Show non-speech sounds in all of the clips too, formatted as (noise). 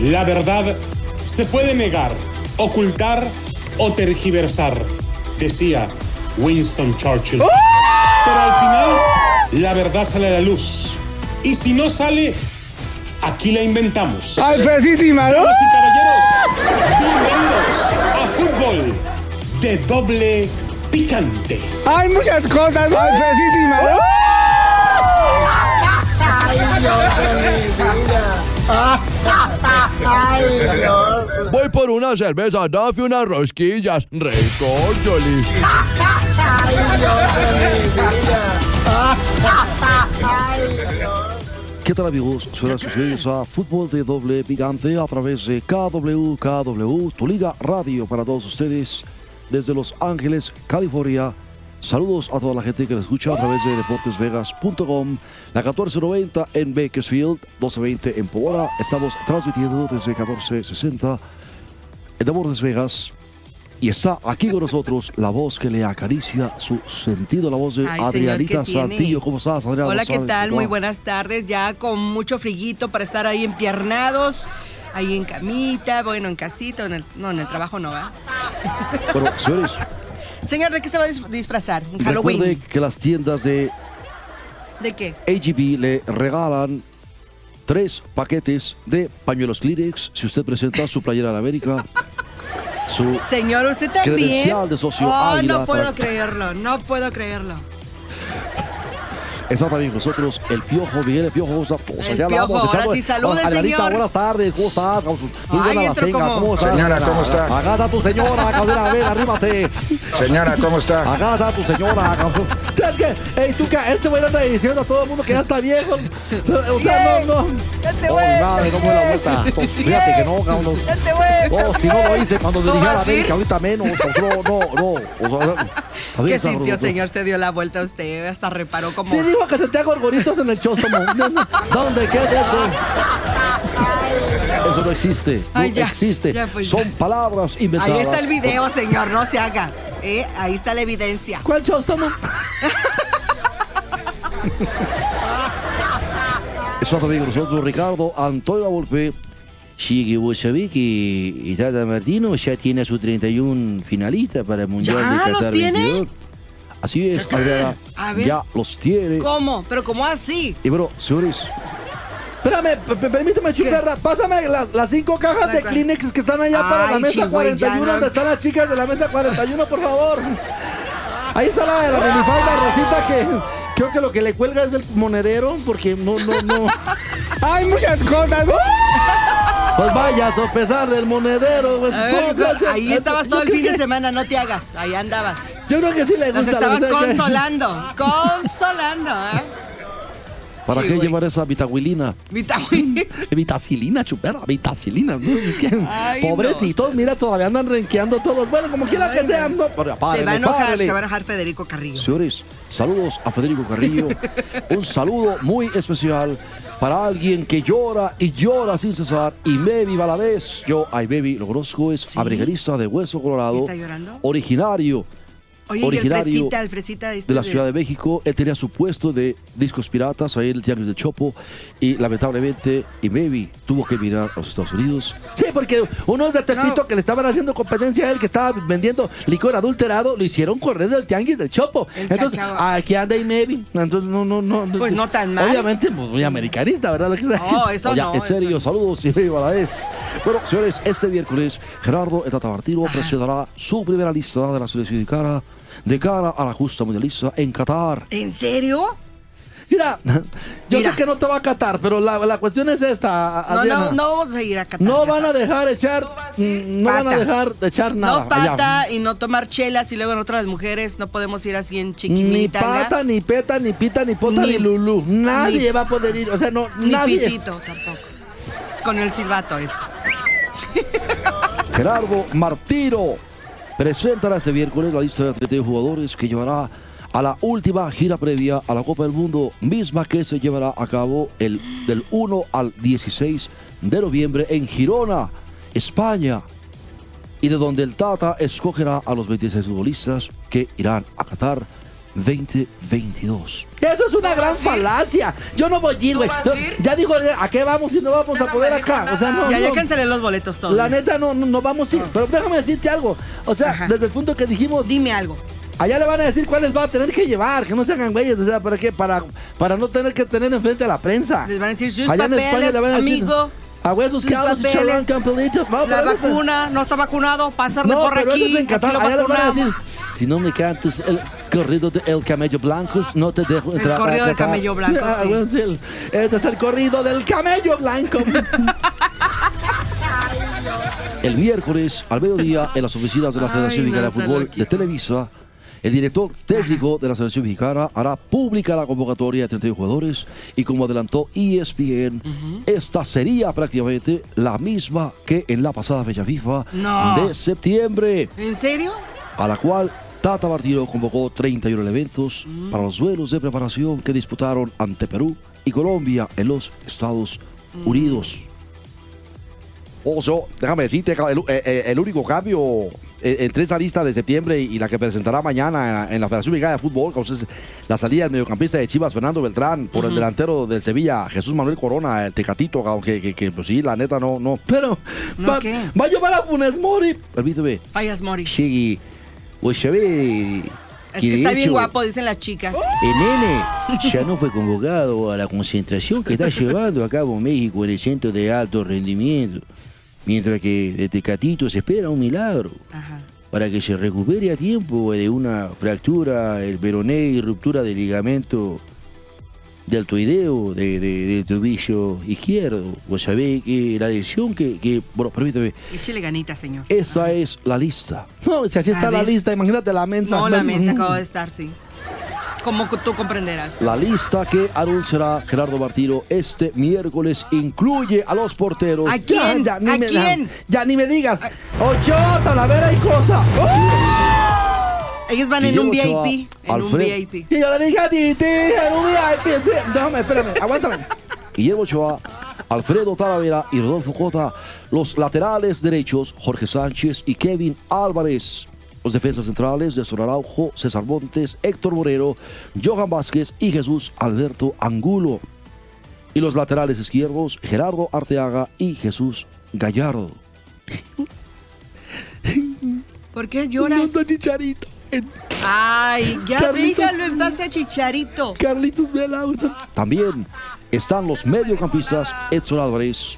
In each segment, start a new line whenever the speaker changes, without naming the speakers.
La verdad se puede negar, ocultar o tergiversar, decía Winston Churchill. Pero al final, la verdad sale a la luz. Y si no sale, aquí la inventamos.
¡Ay, fresísima, ¿no?
Damas y caballeros, bienvenidos a Fútbol de Doble Picante.
¡Ay, muchas cosas! ¡Ay, fresísima, ¿no?
Voy por una cerveza, Daffy, unas rosquillas. Recorcholis.
¿Qué tal amigos? Suena suscribiros a Fútbol de Doble Picante a través de KW, KW, tu liga radio para todos ustedes desde Los Ángeles, California. Saludos a toda la gente que nos escucha a través de deportesvegas.com, la 1490 en Bakersfield, 1220 en Pomona. Estamos transmitiendo desde 1460 en Deportes Vegas. Y está aquí con nosotros la voz que le acaricia su sentido, la voz de
Ay, señor, ¿qué
Adrianita
tiene?
Santillo. ¿Cómo estás, Adriana?
Hola, ¿qué
González?
tal? Muy
Hola.
buenas tardes. Ya con mucho friguito para estar ahí empiernados, ahí en camita, bueno, en casito, en el, no, en el trabajo no va.
Ah, Bueno, señores,
Señor, ¿de qué se va a dis- disfrazar? ¿Un Halloween?
Recuerde que las tiendas de
¿De qué?
AGB le regalan tres paquetes de pañuelos Kleenex si usted presenta su playera de
(laughs)
América, su
Señor, ¿usted también?
Credencial de socio
oh,
Águila
no puedo
para-
creerlo, no puedo creerlo.
está también con nosotros el piojo Miguel el piojo ¿cómo está? Pues
El
allá la
Piojo,
vamos
ahora
echando-
sí, salude,
Adrianita,
señor.
buenas tardes ¿cómo estás? muy buena la
entró
tenga,
como-
¿cómo estás?
Señora, ¿cómo está?
acá está tu señora cabrera a ver arrímate
Señora, ¿cómo está?
acá está tu señora cabrón.
¿Sabes qué? Ey, tú, ca- este güey le anda diciendo a todo el mundo que ya está viejo. O sea, no, no.
No, madre, no me la vuelta. Entonces, Fíjate que no, cabrón. No, si no lo hice cuando
¿Tú
dirigí a la
vas a ir?
América, ahorita menos. cabrón, No, no, no. O sea, a ver,
¿Qué
cabrón, pues.
sintió,
no.
señor? Se dio la vuelta a usted, hasta reparó como...
Sí dijo que sentía gorgoritos en el chóstomo. No, no.
¿Dónde queda eso? Eso no existe. No
Ay, ya,
existe.
ya, pues,
Son
ya.
palabras inventadas.
Ahí está el video, señor, no se haga. ¿eh? Ahí está la evidencia.
¿Cuál chóstomo?
Eso también con nosotros, Ricardo Antonio Volpe. Sí, que vos sabés que Tata Martino ya tiene a su 31 finalista para el Mundial
¿Ya
de Qatar
los tiene?
22. Así es, Adriana.
A ver.
Ya los tiene.
¿Cómo? ¿Pero cómo así?
Y bueno, señores,
Espérame, p- p- permíteme, chuperra. Pásame las, las cinco cajas de
¿Cuál?
Kleenex que están allá para la
Ay,
mesa
chihuahua,
41,
no.
donde están las chicas de la mesa 41, por favor. Ahí está la de la minifalda rosita que creo que lo que le cuelga es el monedero, porque no, no, no. Hay muchas cosas.
pues vaya a sopesar del monedero. pues.
A ver,
No, no, no,
ahí
no,
estabas
yo
todo el
creo
fin de
que-
semana, no te hagas. Ahí andabas.
Yo creo que sí le gusta.
Nos
la
estabas
verdad que-
consolando, consolando, ¿eh?
¿Para
Sí,
qué
güey.
llevar esa
(laughs)
vitagilina?
(laughs)
Vitamina.
Vitacilina, chupera, vitacilina. ¿no? Es que,
Ay,
Pobrecitos, mira, todavía andan renqueando todos. Bueno, como quiera que sean, no.
Pero
se
párele,
va a enojar,
párele.
se va a enojar Federico Carrillo.
Señores, saludos a Federico
(laughs)
Carrillo. Un saludo muy especial para alguien que llora y llora sin cesar. Y Baby va a la vez. Yo, ay, Baby, lo conozco, es
Sí.
abrigadista de Hueso Colorado.
¿Está llorando?
Originario
Oye, y el
originario
Fresita, el Fresita este
de la Ciudad de México. Él tenía su puesto de discos piratas ahí en el Tianguis de Chopo. Y lamentablemente, y Baby tuvo que mirar a los Estados Unidos.
Sí, porque unos de Tepito
No.
que le estaban haciendo competencia a él, que estaba vendiendo licor adulterado, lo hicieron correr del tianguis del Chopo.
El
Entonces,
chachao.
aquí anda y maybe. Entonces, no, no, no.
Pues no tan mal.
Obviamente, pues, muy americanista, ¿verdad? Lo que sea. (laughs)
No, eso
Oye,
no.
en
eso
serio, saludos y viva la vez. Bueno, señores, este miércoles Gerardo el Tata Martino presentará su primera lista de la selección de cara, de cara a la justa mundialista en Qatar.
no. ¿En serio?
Mira, yo
Mira.
sé que no te va a catar, pero la, la cuestión es esta.
No,
Adriana.
no, no vamos a ir a Qatar.
No
ya
van a
sabes.
dejar echar, mm, no van a
Pata.
dejar de echar nada.
No
allá.
pata y no tomar chelas y luego en otras mujeres no podemos ir así en
Ni
chiquimita.
pata, ni peta, ni pita, ni pota,
Ni-
ni, lulú. Nadie
ni-
va a poder ir. O sea, no,
Ni
nadie.
pitito tampoco. Con el silbato este. es.
Gerardo Martino presentará este miércoles la lista de 32 jugadores que llevará a la última gira previa a la Copa del Mundo, misma que se llevará a cabo el, del 1 al 16 de noviembre en Girona, España. Y de donde el Tata escogerá a los 26 futbolistas que irán a Qatar 2022.
Eso es una gran falacia. Yo no voy a ir, güey.
vas a ir?
Ya dijo, ¿a qué vamos si no vamos a poder acá? O sea, no.
ya, ya
no.
cancelé los boletos todos.
La neta, no, no, no vamos a ir. Pero déjame decirte algo. O sea,
Ajá.
desde el punto que dijimos,
Dime algo.
allá le van a decir cuáles va a tener que llevar, que no se hagan güeyes. O sea, ¿para qué? Para, para no tener que tener enfrente a la prensa.
Les van a decir sus
Allá en España
papeles,
le van a decir,
amigo.
A huesos
sus
que hablan, chorrón,
papeles,
campelito. No,
la
pero eso-
vacuna, no está vacunado, pásale
No,
por
pero eso
aquí.
es en Qatar.
Aquí
Allá
lo
les van a decir,
vacunamos.
Si no me cantas el corrido del camello blanco, no te dejo
El
entrar. a
corrido del
Qatar.
camello blanco,
(laughs) Ah,
sí.
bueno, sí, el- Este es el corrido del camello
(laughs)
blanco.
El miércoles al mediodía en las oficinas de la
Ay,
Federación Mexicana
no,
de
está
Fútbol
loquito.
de Televisa, el director técnico de la selección mexicana hará pública la convocatoria de 31 jugadores y como adelantó E ESPN, esta sería prácticamente la misma que en la pasada fecha FIFA
No.
de septiembre,
¿En serio?
a la cual Tata Martino convocó 31 elementos para los duelos de preparación que disputaron ante Perú y Colombia en los Estados Unidos.
Oso, déjame decirte, el, eh, eh, el único cambio eh, entre esa lista de septiembre y la que presentará mañana en la, en la Federación Mexicana de Fútbol, que es la salida del mediocampista de Chivas, Fernando Beltrán, por el delantero del Sevilla, Jesús Manuel Corona, el Tecatito, cabrón, que, que, que, pues sí, la neta, no, no.
Pero
¿No
va,
qué?
va a llevar a Funes Mori.
Permíteme,
Payas Mori.
Shiggy, Weshabe.
Es que está bien guapo, dicen las chicas.
Oh.
El nene ya no fue convocado a la concentración que está llevando a cabo México en el centro de alto rendimiento. Mientras que de Tecatito se espera un milagro
Ajá.
para que se recupere a tiempo de una fractura, el peroné y ruptura del ligamento deltoideo de, de, del tobillo izquierdo. Vos sabés que la lesión que... que bueno, permítame.
Échele ganita, señor.
Esa es la lista.
No, si así Eh, está
A
la
ver.
lista, imagínate la mensa. mm.
No, la mesa acaba de estar, sí. Como cu- tú comprenderás.
La lista que anunciará Gerardo Martino este miércoles incluye a los porteros.
¿A quién?
Ya, ya, ni
¿A
me,
quién?
Ya, ni me digas. Ochoa, Talavera y Costa.
Ellos van en
Guillermo
un
Ochoa,
VIP. En un
Alfredo.
VIP.
Y yo le dije a ti, ti, en un VIP. sí. Déjame, espérame, aguántame.
Guillermo Ochoa, Alfredo Talavera y Rodolfo Cota. Los laterales derechos, Jorge Sánchez y Kevin Álvarez. Los defensas centrales, Néstor Araujo, César Montes, Héctor Moreno, Johan Vázquez y Jesús Alberto Angulo. Y los laterales izquierdos, Gerardo Arteaga y Jesús Gallardo.
¿Por qué lloras?
Chicharito.
Ay, ya
Carlitos.
dígalo en base a Chicharito.
Carlitos Belauza.
También están los mediocampistas Edson Álvarez,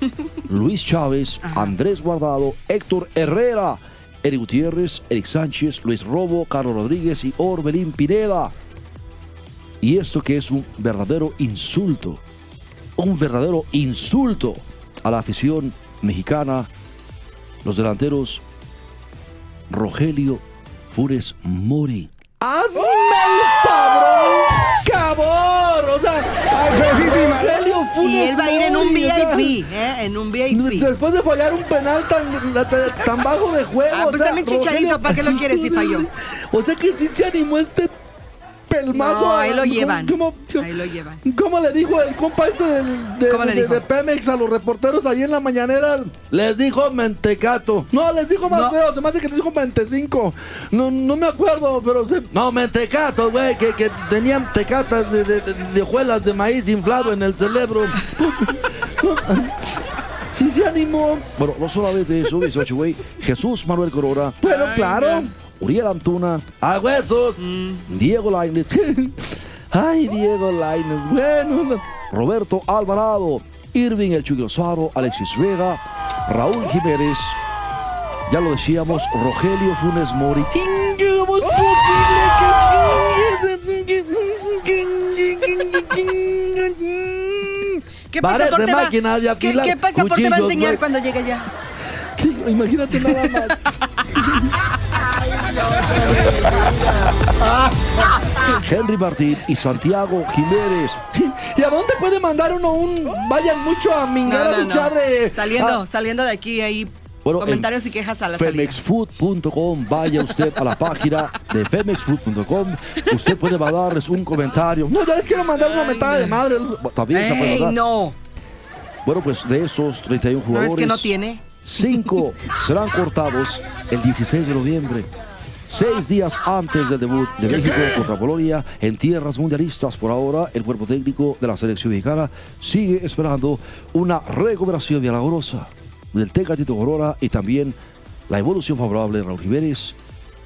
Luis Chávez, Andrés Guardado, Héctor Herrera, Eric Gutiérrez, Eric Sánchez, Luis Robo, Carlos Rodríguez y Orbelín Pineda. Y esto que es un verdadero insulto, un verdadero insulto a la afición mexicana, los delanteros Rogelio Fures Mori.
Hazme el sabor, cabor. O sea, ay,
Famosísima.
Rogelio Funes
Y él va a ir en un
Mori, o sea,
VIP, ¿eh? En un VIP.
Después de fallar un penal tan, tan- tan bajo de juego.
Ah, pues también Chicharito, ¿para qué lo quieres si falló?
O sea que sí se animó este pelmazo.
No,
a-
ahí lo llevan.
¿cómo,
Ahí lo llevan.
¿Cómo le dijo el compa este del, de,
¿Cómo le
de-
dijo?
de Pemex a los reporteros ahí en la mañanera? Les dijo mentecato. No, les dijo más
No.
feo. Se me hace que les dijo 25. No, no me acuerdo, pero... se- No, mentecato, güey, que, que tenían tecatas de, de, de- de hojuelas de maíz inflado en el cerebro. (laughs) sí se animó.
Bueno, no solamente eso, 18 güey, Jesús Manuel Corona,
Pero claro.
Uriel Antuna,
A huesos.
Mm.
Diego Lainez, (laughs)
Ay, Diego Laines. Bueno, no.
Roberto Alvarado, Irving El Chuy Lozano, Alexis Vega, Raúl Jiménez, ya lo decíamos, Rogelio Funes Mori.
Chingue, ¿Cómo es posible que chingue?
¿Qué
Bares de
pasaporte va?
máquina de
¿Qué,
afilar
qué pasaporte va a
cuchillos,
enseñar
güey.
cuando llegue ya?
Chingue, Imagínate nada más.
(laughs) Henry Martín y Santiago Jiménez.
¿Y a dónde puede mandar uno un... Vayan mucho a mingar a luchar eh? Ah. de...
Saliendo,
a-
saliendo de aquí, ahí.
Ah. Bueno,
comentarios
en
y quejas a la salida.
Femexfood.com, vaya usted a la página de femexfood.com, usted puede mandarles un comentario.
No, ya les quiero mandar una metada de madre.
También se puede
¡Ey,
mandar.
no!
Bueno, pues de esos 31
¿No
jugadores,
es que no tiene?
5 serán cortados el 16 de noviembre. seis días antes del debut de México contra Polonia en tierras mundialistas. Por ahora, el cuerpo técnico de la selección mexicana sigue esperando una recuperación milagrosa del Teca Tito Corona y también la evolución favorable de Raúl Jiménez,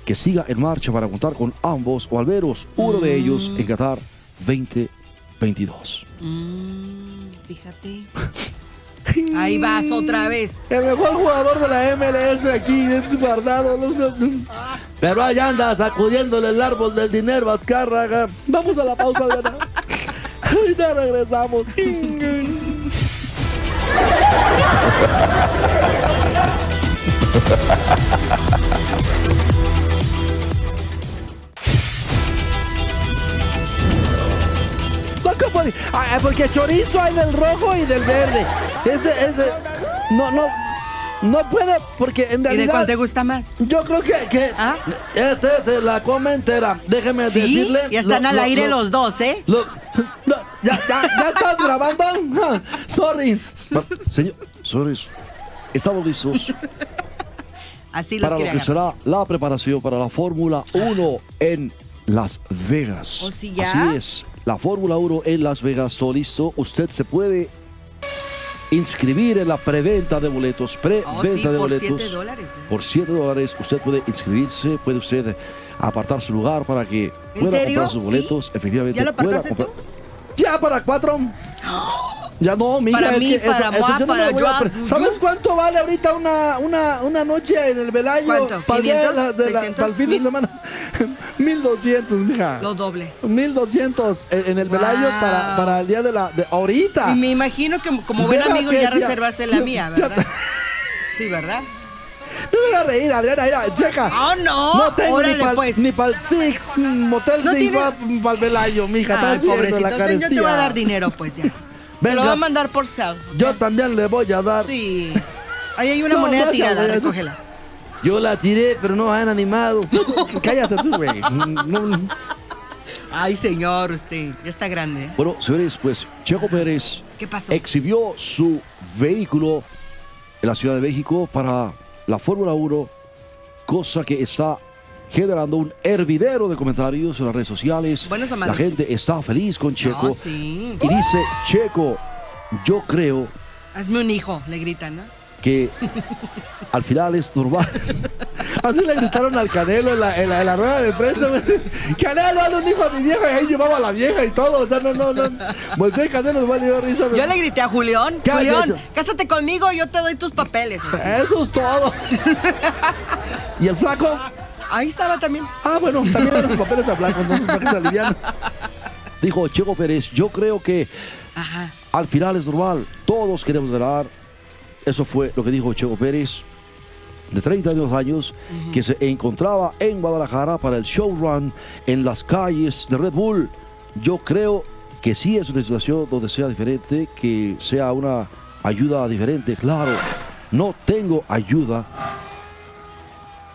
que siga en marcha para contar con ambos o al menos uno de ellos en Qatar 2022.
Mm, fíjate. (laughs) Ahí vas otra vez.
El mejor jugador de la MLS aquí, es guardado. no, no, no. Pero allá anda sacudiéndole el árbol del dinero, Azcárraga. Vamos a la pausa, (laughs) Diana. Ahorita regresamos. No, ¿cómo di- Ah, ah, porque chorizo hay del rojo y del verde. Ese, ese. No, no. No puede, porque en
¿Y
realidad.
de cuál te gusta más?
Yo creo que, que
¿Ah?
este se la come entera. Déjeme
Sí,
decirle.
ya están
lo-
al
lo-
aire
lo-
los dos, ¿eh?
lo- no, ya, ya, ya estás grabando. (laughs) Ah, Sorry.
Pa- Señor, señores, estamos
(laughs)
listos
Así los
para lo
quiere
que
agarrar.
será la preparación para la Fórmula 1 en Las Vegas.
¿O si Oh, ya?
Así es, la Fórmula 1 en Las Vegas, todo listo. Usted se puede inscribir en la preventa de boletos, preventa
Oh, sí,
de
por
boletos.
7 dólares. ¿eh?
Por 7 dólares usted puede inscribirse, puede usted apartar su lugar para que
¿En
pueda
serio?
comprar sus
¿Sí?
boletos. Efectivamente,
¿Ya lo
pueda
apartaste tú?
comprar-
Ya para cuatro. Ya no, mija.
Para
es
mí,
que eso-
para
eso
moi,
yo no me
para
lo voy a
Joan.
pre- ¿Sabes cuánto vale ahorita una, una, una noche en el Velayo?
¿Cuánto?
Para el día de la- de la-
500,
para el fin de
600,
(laughs) semana. 1200, mija.
Lo doble.
1200 en en el Velayo
Wow.
para, para el día de la. de- ahorita.
Y me imagino que como buen
Vea
amigo
que
ya
sí,
reservaste la
yo-
mía,
yo-
¿verdad? Sí, ¿verdad?
Me voy a reír, Adriana, mira, checa.
¡Oh, no!
No tengo
Órale,
ni pa'l
pues.
ni pa'l Six, mm, Motel
No
Six,
tiene-
va pa'l Velayo, mija.
Ay,
estás viendo
pobrecito,
la
ten- yo te voy a
carestía.
dar dinero, pues ya.
(laughs)
Te
Venga.
lo va a mandar por sal.
Yo también le voy a dar.
Sí. Ahí hay una
No,
moneda
no,
tirada,
no, no.
recógela.
Yo la tiré, pero no han
(laughs)
animado. Cállate tú, güey. No,
Ay, señor, usted ya está grande. ¿eh?
Bueno, señores, pues Checo Pérez
¿Qué pasó?
Eh,
exhibió su vehículo en la Ciudad de México para la Fórmula 1, cosa que está generando un hervidero de comentarios en las redes sociales.
Buenos o
la
malos.
gente está feliz con Checo
No, sí.
y dice, Checo, yo creo
Hazme un hijo, le gritan, ¿no?
que al final es normal. (laughs)
Así le gritaron al Canelo en la, en la, en la rueda de
(laughs)
prensa. güey. Canelo, era un hijo a mi vieja. Y ahí llevaba a la vieja y todo. O sea, no, no, no. Volteé, Canelo, me dio risa. güey.
Yo le grité a Julián,
Ya, ya,
Julián, cásate conmigo, yo te doy tus papeles. así.
Eso es
(laughs)
todo. ¿Y el flaco?
Ahí estaba también.
Ah, bueno, también eran los papeles de flaco. No sé para qué se alivian.
Dijo Checo Pérez, yo creo que
Ajá.
al final es normal, todos queremos ganar. Eso fue lo que dijo Checo Pérez, de 32 años, que se encontraba en Guadalajara para el showrun en las calles de Red Bull. Yo creo que sí es una situación donde sea diferente, que sea una ayuda diferente, claro. No tengo ayuda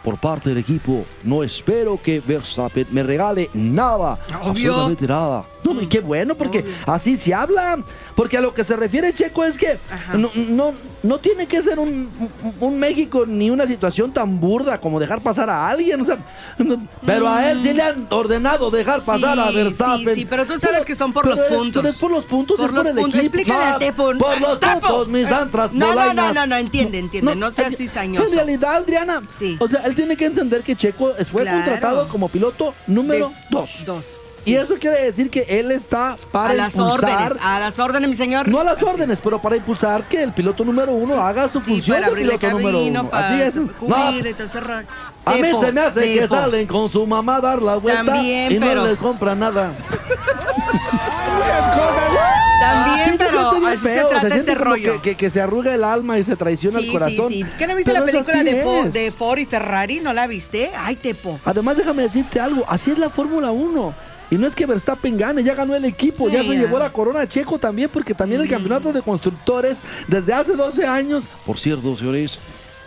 por parte del equipo. No espero que Verstappen me regale nada.
Obvio.
Absolutamente nada.
No, y qué bueno, porque así se habla. Porque a lo que se refiere Checo es que
Ajá.
no, no, no tiene que ser un, un- un México ni una situación tan burda como dejar pasar a alguien. o sea, no- pero a él sí le han ordenado dejar
Mm. Sí,
pasar a Verstappen.
sí, sí, pero tú sabes que son por los
es-
puntos.
Pero es por los puntos,
Por
es
los
por el
puntos.
equipo. Ah,
Explícale al Tepo.
Por los
Tepo.
puntos, mis
Eh,
antras,
no, no, no,
bolainas.
no, no, entiende, entiende, no seas
eh,
cizañoso.
En realidad, Adriana,
Sí.
o sea, él tiene que entender que Checo fue
Claro.
contratado como piloto número
Des-
dos.
Dos.
Y
sí.
eso quiere decir que él está para
a las
impulsar,
órdenes, a las órdenes, mi señor.
no a las
Así.
órdenes, pero para impulsar que el piloto número uno haga su
Sí,
función
para
de
abrir el
piloto número
camino,
uno.
para
Así es.
cubrir,
No,
entonces ra-
a mí
Tepo,
se me hace que
Tepo.
salen con su mamá a dar la vuelta
También,
y no
pero-
les compran nada.
También,
Ah, Sí,
pero
siente bien
así se
feo,
trata
siente
este
como
rollo.
Que, que- que se arruga el alma y se traiciona
sí,
el corazón.
sí, sí. ¿Qué no viste
Pero
la
eso
película
así
de, Fo-
es.
de Ford y Ferrari? ¿No la viste? Ay, Tepo.
Además, déjame decirte algo, así es la Fórmula 1. Y no es que Verstappen gane, ya ganó el equipo,
Sí,
ya se
ya.
llevó la corona a Checo también, porque también el campeonato de constructores desde hace 12 años.
Por cierto, señores,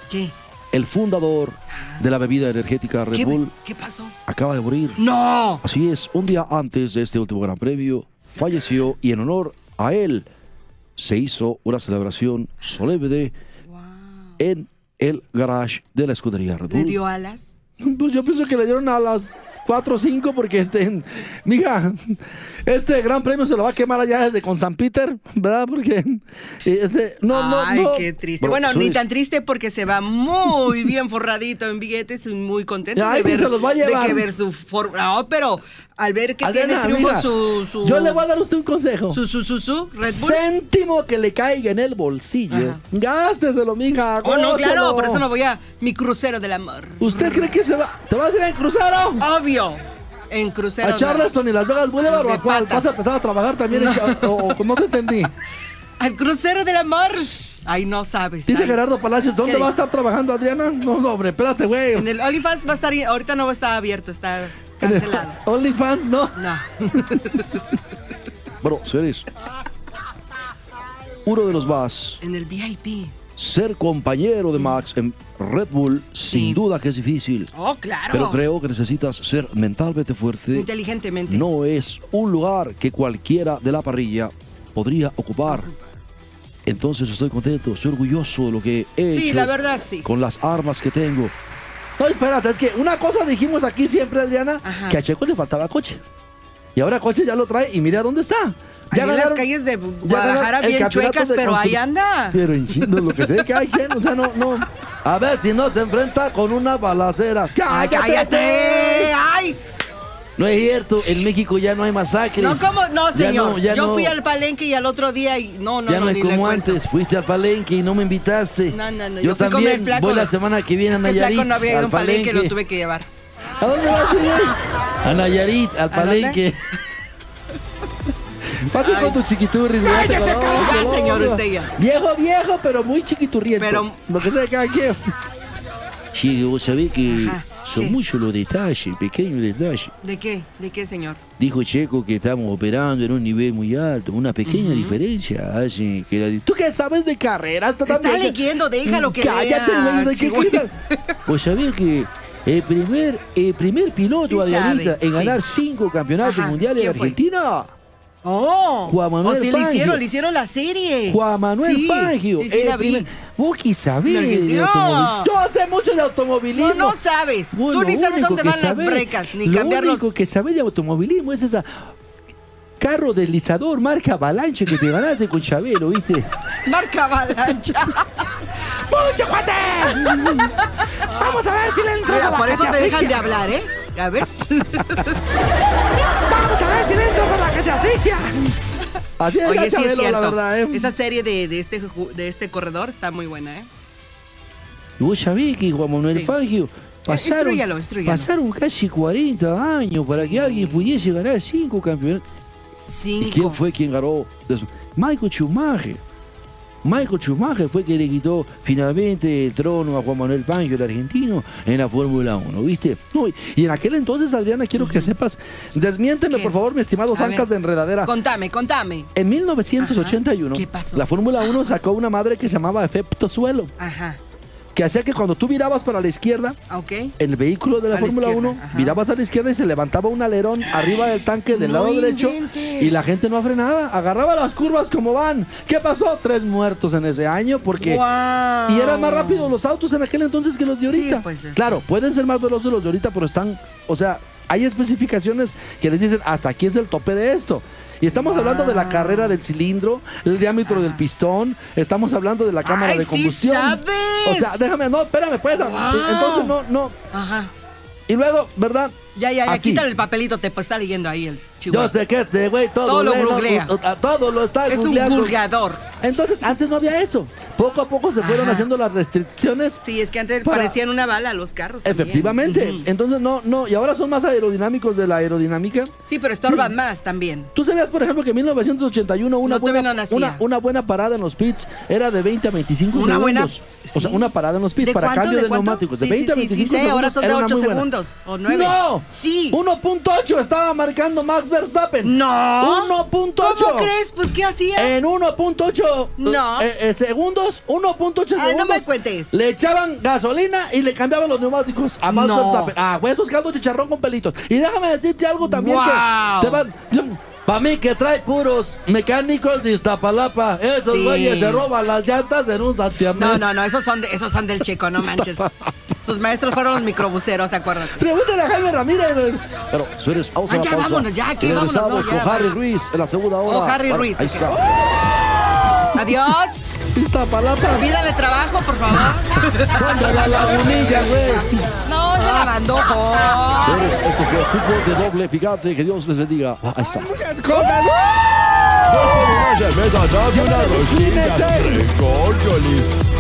¿Qué?
el fundador de la bebida energética Red
¿Qué,
Bull
qué pasó?
acaba de morir.
¡No!
Así es, un día antes de este último Gran Premio, falleció y en honor a él se hizo una celebración solemne en el garage de la escudería Red
¿Le
Bull.
dio alas?
Pues yo pienso que le dieron a las 4 o 5 porque este, mija, este gran premio se lo va a quemar allá desde con San Peter, ¿verdad? Porque eh, ese, no,
Ay,
no, no.
qué triste.
Bro,
bueno, ni
soy-
tan triste porque se va muy bien forradito en billetes y muy contento
Ay,
de
sí,
ver,
se los va a
de
llevar.
que ver su forma. No, pero al ver que
Adriana,
tiene triunfo
mija,
su, su-
Yo le voy a dar a usted un consejo.
su, su, su, su Red Bull.
Céntimo que le caiga en el bolsillo.
Ajá.
Gásteselo, mija.
Oh, no, claro,
gózalo.
por eso me voy a mi crucero del amor.
¿Usted cree que se va? ¿Te vas a ir en crucero?
Obvio. En crucero.
¿A
del-
Charleston y Las Vegas Boulevard o a
De
cuál?
patas.
¿Vas a empezar a trabajar también? en- o- o- no te entendí.
Al crucero del amor. Ay, no sabes.
Dice
ay.
Gerardo Palacios, ¿dónde
¿Qué
va a
dice?
estar trabajando Adriana? No, no, hombre, espérate, güey.
En el OnlyFans va a estar, ahorita no va a estar abierto, está cancelado.
(laughs) OnlyFans, no.
No.
Bueno, señores. Uno de los más.
En el VIP.
Ser compañero de Max en Red Bull,
Sí.
sin duda que es difícil.
Oh, claro.
Pero creo que necesitas ser mentalmente fuerte.
Inteligentemente.
No es un lugar que cualquiera de la parrilla podría ocupar. Entonces estoy contento, estoy orgulloso de lo que he
Sí,
hecho
la verdad, sí.
con las armas que tengo.
No, espérate, es que una cosa dijimos aquí siempre, Adriana,
Ajá.
que a Checo le faltaba coche. Y ahora coche ya lo trae y mira dónde está. Ya
Ahí en las
ganaron-
calles de
ya
Guadalajara
ganaron el
bien
campeonato
chuecas,
de
pero ahí
constru-
anda.
Pero en chino, lo que sé que hay quien, o sea, no, no. A ver si no se enfrenta con una balacera.
¡Ay,
¡Cállate!
cállate! ¡Ay!
No es cierto, en México ya no hay masacres.
No, ¿cómo? No,
Ya
señor.
no, ya
Yo
no.
fui al palenque y al otro día y no, no,
ya no,
no,
es
ni le
como
cuento.
antes, fuiste al palenque y no me invitaste.
No, no, no.
Yo,
fui con
también
el flaco.
voy la semana que viene
Es
a
que el
Nayarit.
flaco no había ido a
al
un palenque, lo tuve que llevar.
¿A dónde vas a ir? A Nayarit, al
¿A dónde?
palenque.
(laughs)
Pase
Ay.
con tu chiquiturris, güey.
Ay, ya se
No,
acabó. Ya,
no,
señor,
no.
usted ya.
Viejo, viejo, pero muy chiquiturriento.
Pero-
Lo que sea de cada
(laughs)
quien.
Sí, vos sabés que
Ajá,
son
¿qué?
muchos los detalles, pequeños detalles.
¿De qué? ¿De qué, señor?
Dijo Checo que estamos operando en un nivel muy alto. Una pequeña diferencia hace que la... di-
¿Tú qué sabes de carreras? Tú
Está
también-
leyendo, déjalo que
Cállate,
lea,
güey, ¿de qué
chihuahua.
quieres?
Vos sabés Pues que el primer, el primer piloto,
Sí
Adrianita,
sabe,
en
sí.
ganar cinco campeonatos
Ajá,
mundiales en
¿quién fue?
Argentina...
¡Oh!
Juan Manuel
o sí, le
Fangio.
hicieron, le hicieron la serie.
Juan Manuel
sí,
Fangio.
Sí, sí,
el
la vi.
primer- Vos que sabés
La
de
Argentina.
automóvil.
Yo sé mucho de automovilismo.
No, no sabes.
Vos
Tú
lo
ni sabes
único
dónde
que
van las
sabés-
brecas, ni
lo
cambiar los...
único que sabés de automovilismo es esa carro deslizador marca Avalanche que te ganaste con Chabelo, ¿viste?
Marca avalancha.
¡Mucho, cuate! Vamos a ver si le entras a
Mira,
la
por eso te dejan de
cateaficia.
hablar, ¿eh? ¿Ya
(laughs)
ves?
Vamos a ver si le entras a la cateaficia. Así es,
(laughs) Oye, sí
Chabelo,
es cierto.
la verdad, ¿eh?
Esa serie de, de este, ju- de este corredor está muy buena, ¿eh?
Y vos sabés que Juan Manuel
Sí. Eh,
Fangio pasaron,
instrúyalo, instrúyalo.
pasaron casi 40 años para que alguien pudiese ganar cinco campeonatos.
Cinco.
¿Y quién fue quien ganó? después? Michael Schumacher. Michael Schumacher fue quien le quitó finalmente el trono a Juan Manuel Fangio, el argentino, en la Fórmula 1, ¿viste?
No, y- y en aquel entonces, Adriana, quiero que sepas, desmiénteme,
¿Qué?
por favor, mi estimado
A
Zancas
ver.
de Enredadera.
Contame, contame.
En 1981,
Ajá. ¿Qué pasó?
la Fórmula 1 sacó una madre que se llamaba efecto suelo,
Ajá,
que hacía que cuando tú mirabas para la izquierda,
ok.
el vehículo de la
A la
Fórmula
izquierda,
1,
ajá.
mirabas a la izquierda y se levantaba un alerón arriba del tanque del
No
lado derecho
inventes.
y la gente no frenaba, agarraba las curvas como van. ¿Qué pasó? Tres muertos en ese año porque...
¡Guau!
Y eran más rápidos los autos en aquel entonces que los de
Sí,
ahorita.
pues, es-
claro, pueden ser más veloces los de ahorita, pero están, o sea, hay especificaciones que les dicen hasta aquí es el tope de esto. Y estamos hablando de la carrera del cilindro, el diámetro del pistón, estamos hablando de la cámara
¡Ay,
de
sí
combustión.
sabes!
O sea, déjame, no, espérame, pues. Entonces no, no.
Ajá.
Y luego, ¿verdad?
Ya, ya, ya,
Así.
quítale el papelito, te pues, está leyendo ahí el chihuahua.
Yo sé que este güey todo,
Todo lo
lee, ¿no?
googlea.
U- a- Todo lo está
es un
googleando.
gurgador.
Entonces, antes no había eso. Poco a poco se fueron
Ajá.
haciendo las restricciones
Sí, es que antes
Para-
parecían una bala los carros. también.
Efectivamente. Entonces, no, no. Y ahora son más aerodinámicos de la aerodinámica.
Sí, pero estorban más también.
Tú sabías, por ejemplo, que en 1981 una,
No, todavía
buena,
no nacía.
una, una buena parada en los pits era de 20 a 25
Una buena-
segundos. O sea,
sí.
una parada en los pits
¿De
para
cuánto,
cambio
de
de,
cuánto?
neumáticos. De
Sí, sí,
20 a
sí, sí
25
sé,
segundos.
ahora son de
era una
ocho
muy buena.
segundos o nueve.
¡No!
Sí.
1.8 estaba marcando Max Verstappen.
¡No!
1.8.
¿Ah? ¿Cómo crees? Pues, ¿qué hacía?
En 1.8
No.
eh, eh, segundos, 1.8 segundos.
Ah, no me cuentes.
Le echaban gasolina y le cambiaban los neumáticos a Max
No.
Verstappen. Ah, güey, esos caldos chicharrón con pelitos. Y déjame decirte algo también
Guau.
que te van. Para mí que trae puros mecánicos de Iztapalapa. Esos
Sí.
güeyes se roban las llantas en un Santiamén.
No, no, no, esos son, de- esos son del checo, no manches. Sus maestros fueron los microbuseros, acuérdate.
Pregúntale a Jaime Ramírez.
Pero, señores, vamos a
Ah,
la
ya,
pausa.
vámonos, ya, aquí, vámonos,
Regresamos
no, ya,
con Harry
vámonos.
Ruiz en la segunda hora.
Oh, Harry
Bueno,
Ruiz,
Ahí
ok.
está.
Adiós.
Iztapalapa.
Pídale trabajo, por favor.
Son de la lagunilla, güey.
No, se la mandó. por-
Señores, esto fue fútbol de doble picante. Que Dios les bendiga. Ahí está.
Muchas cosas.
Una cerveza, dame una rosquilla,
Cuídense.
tres cócholis.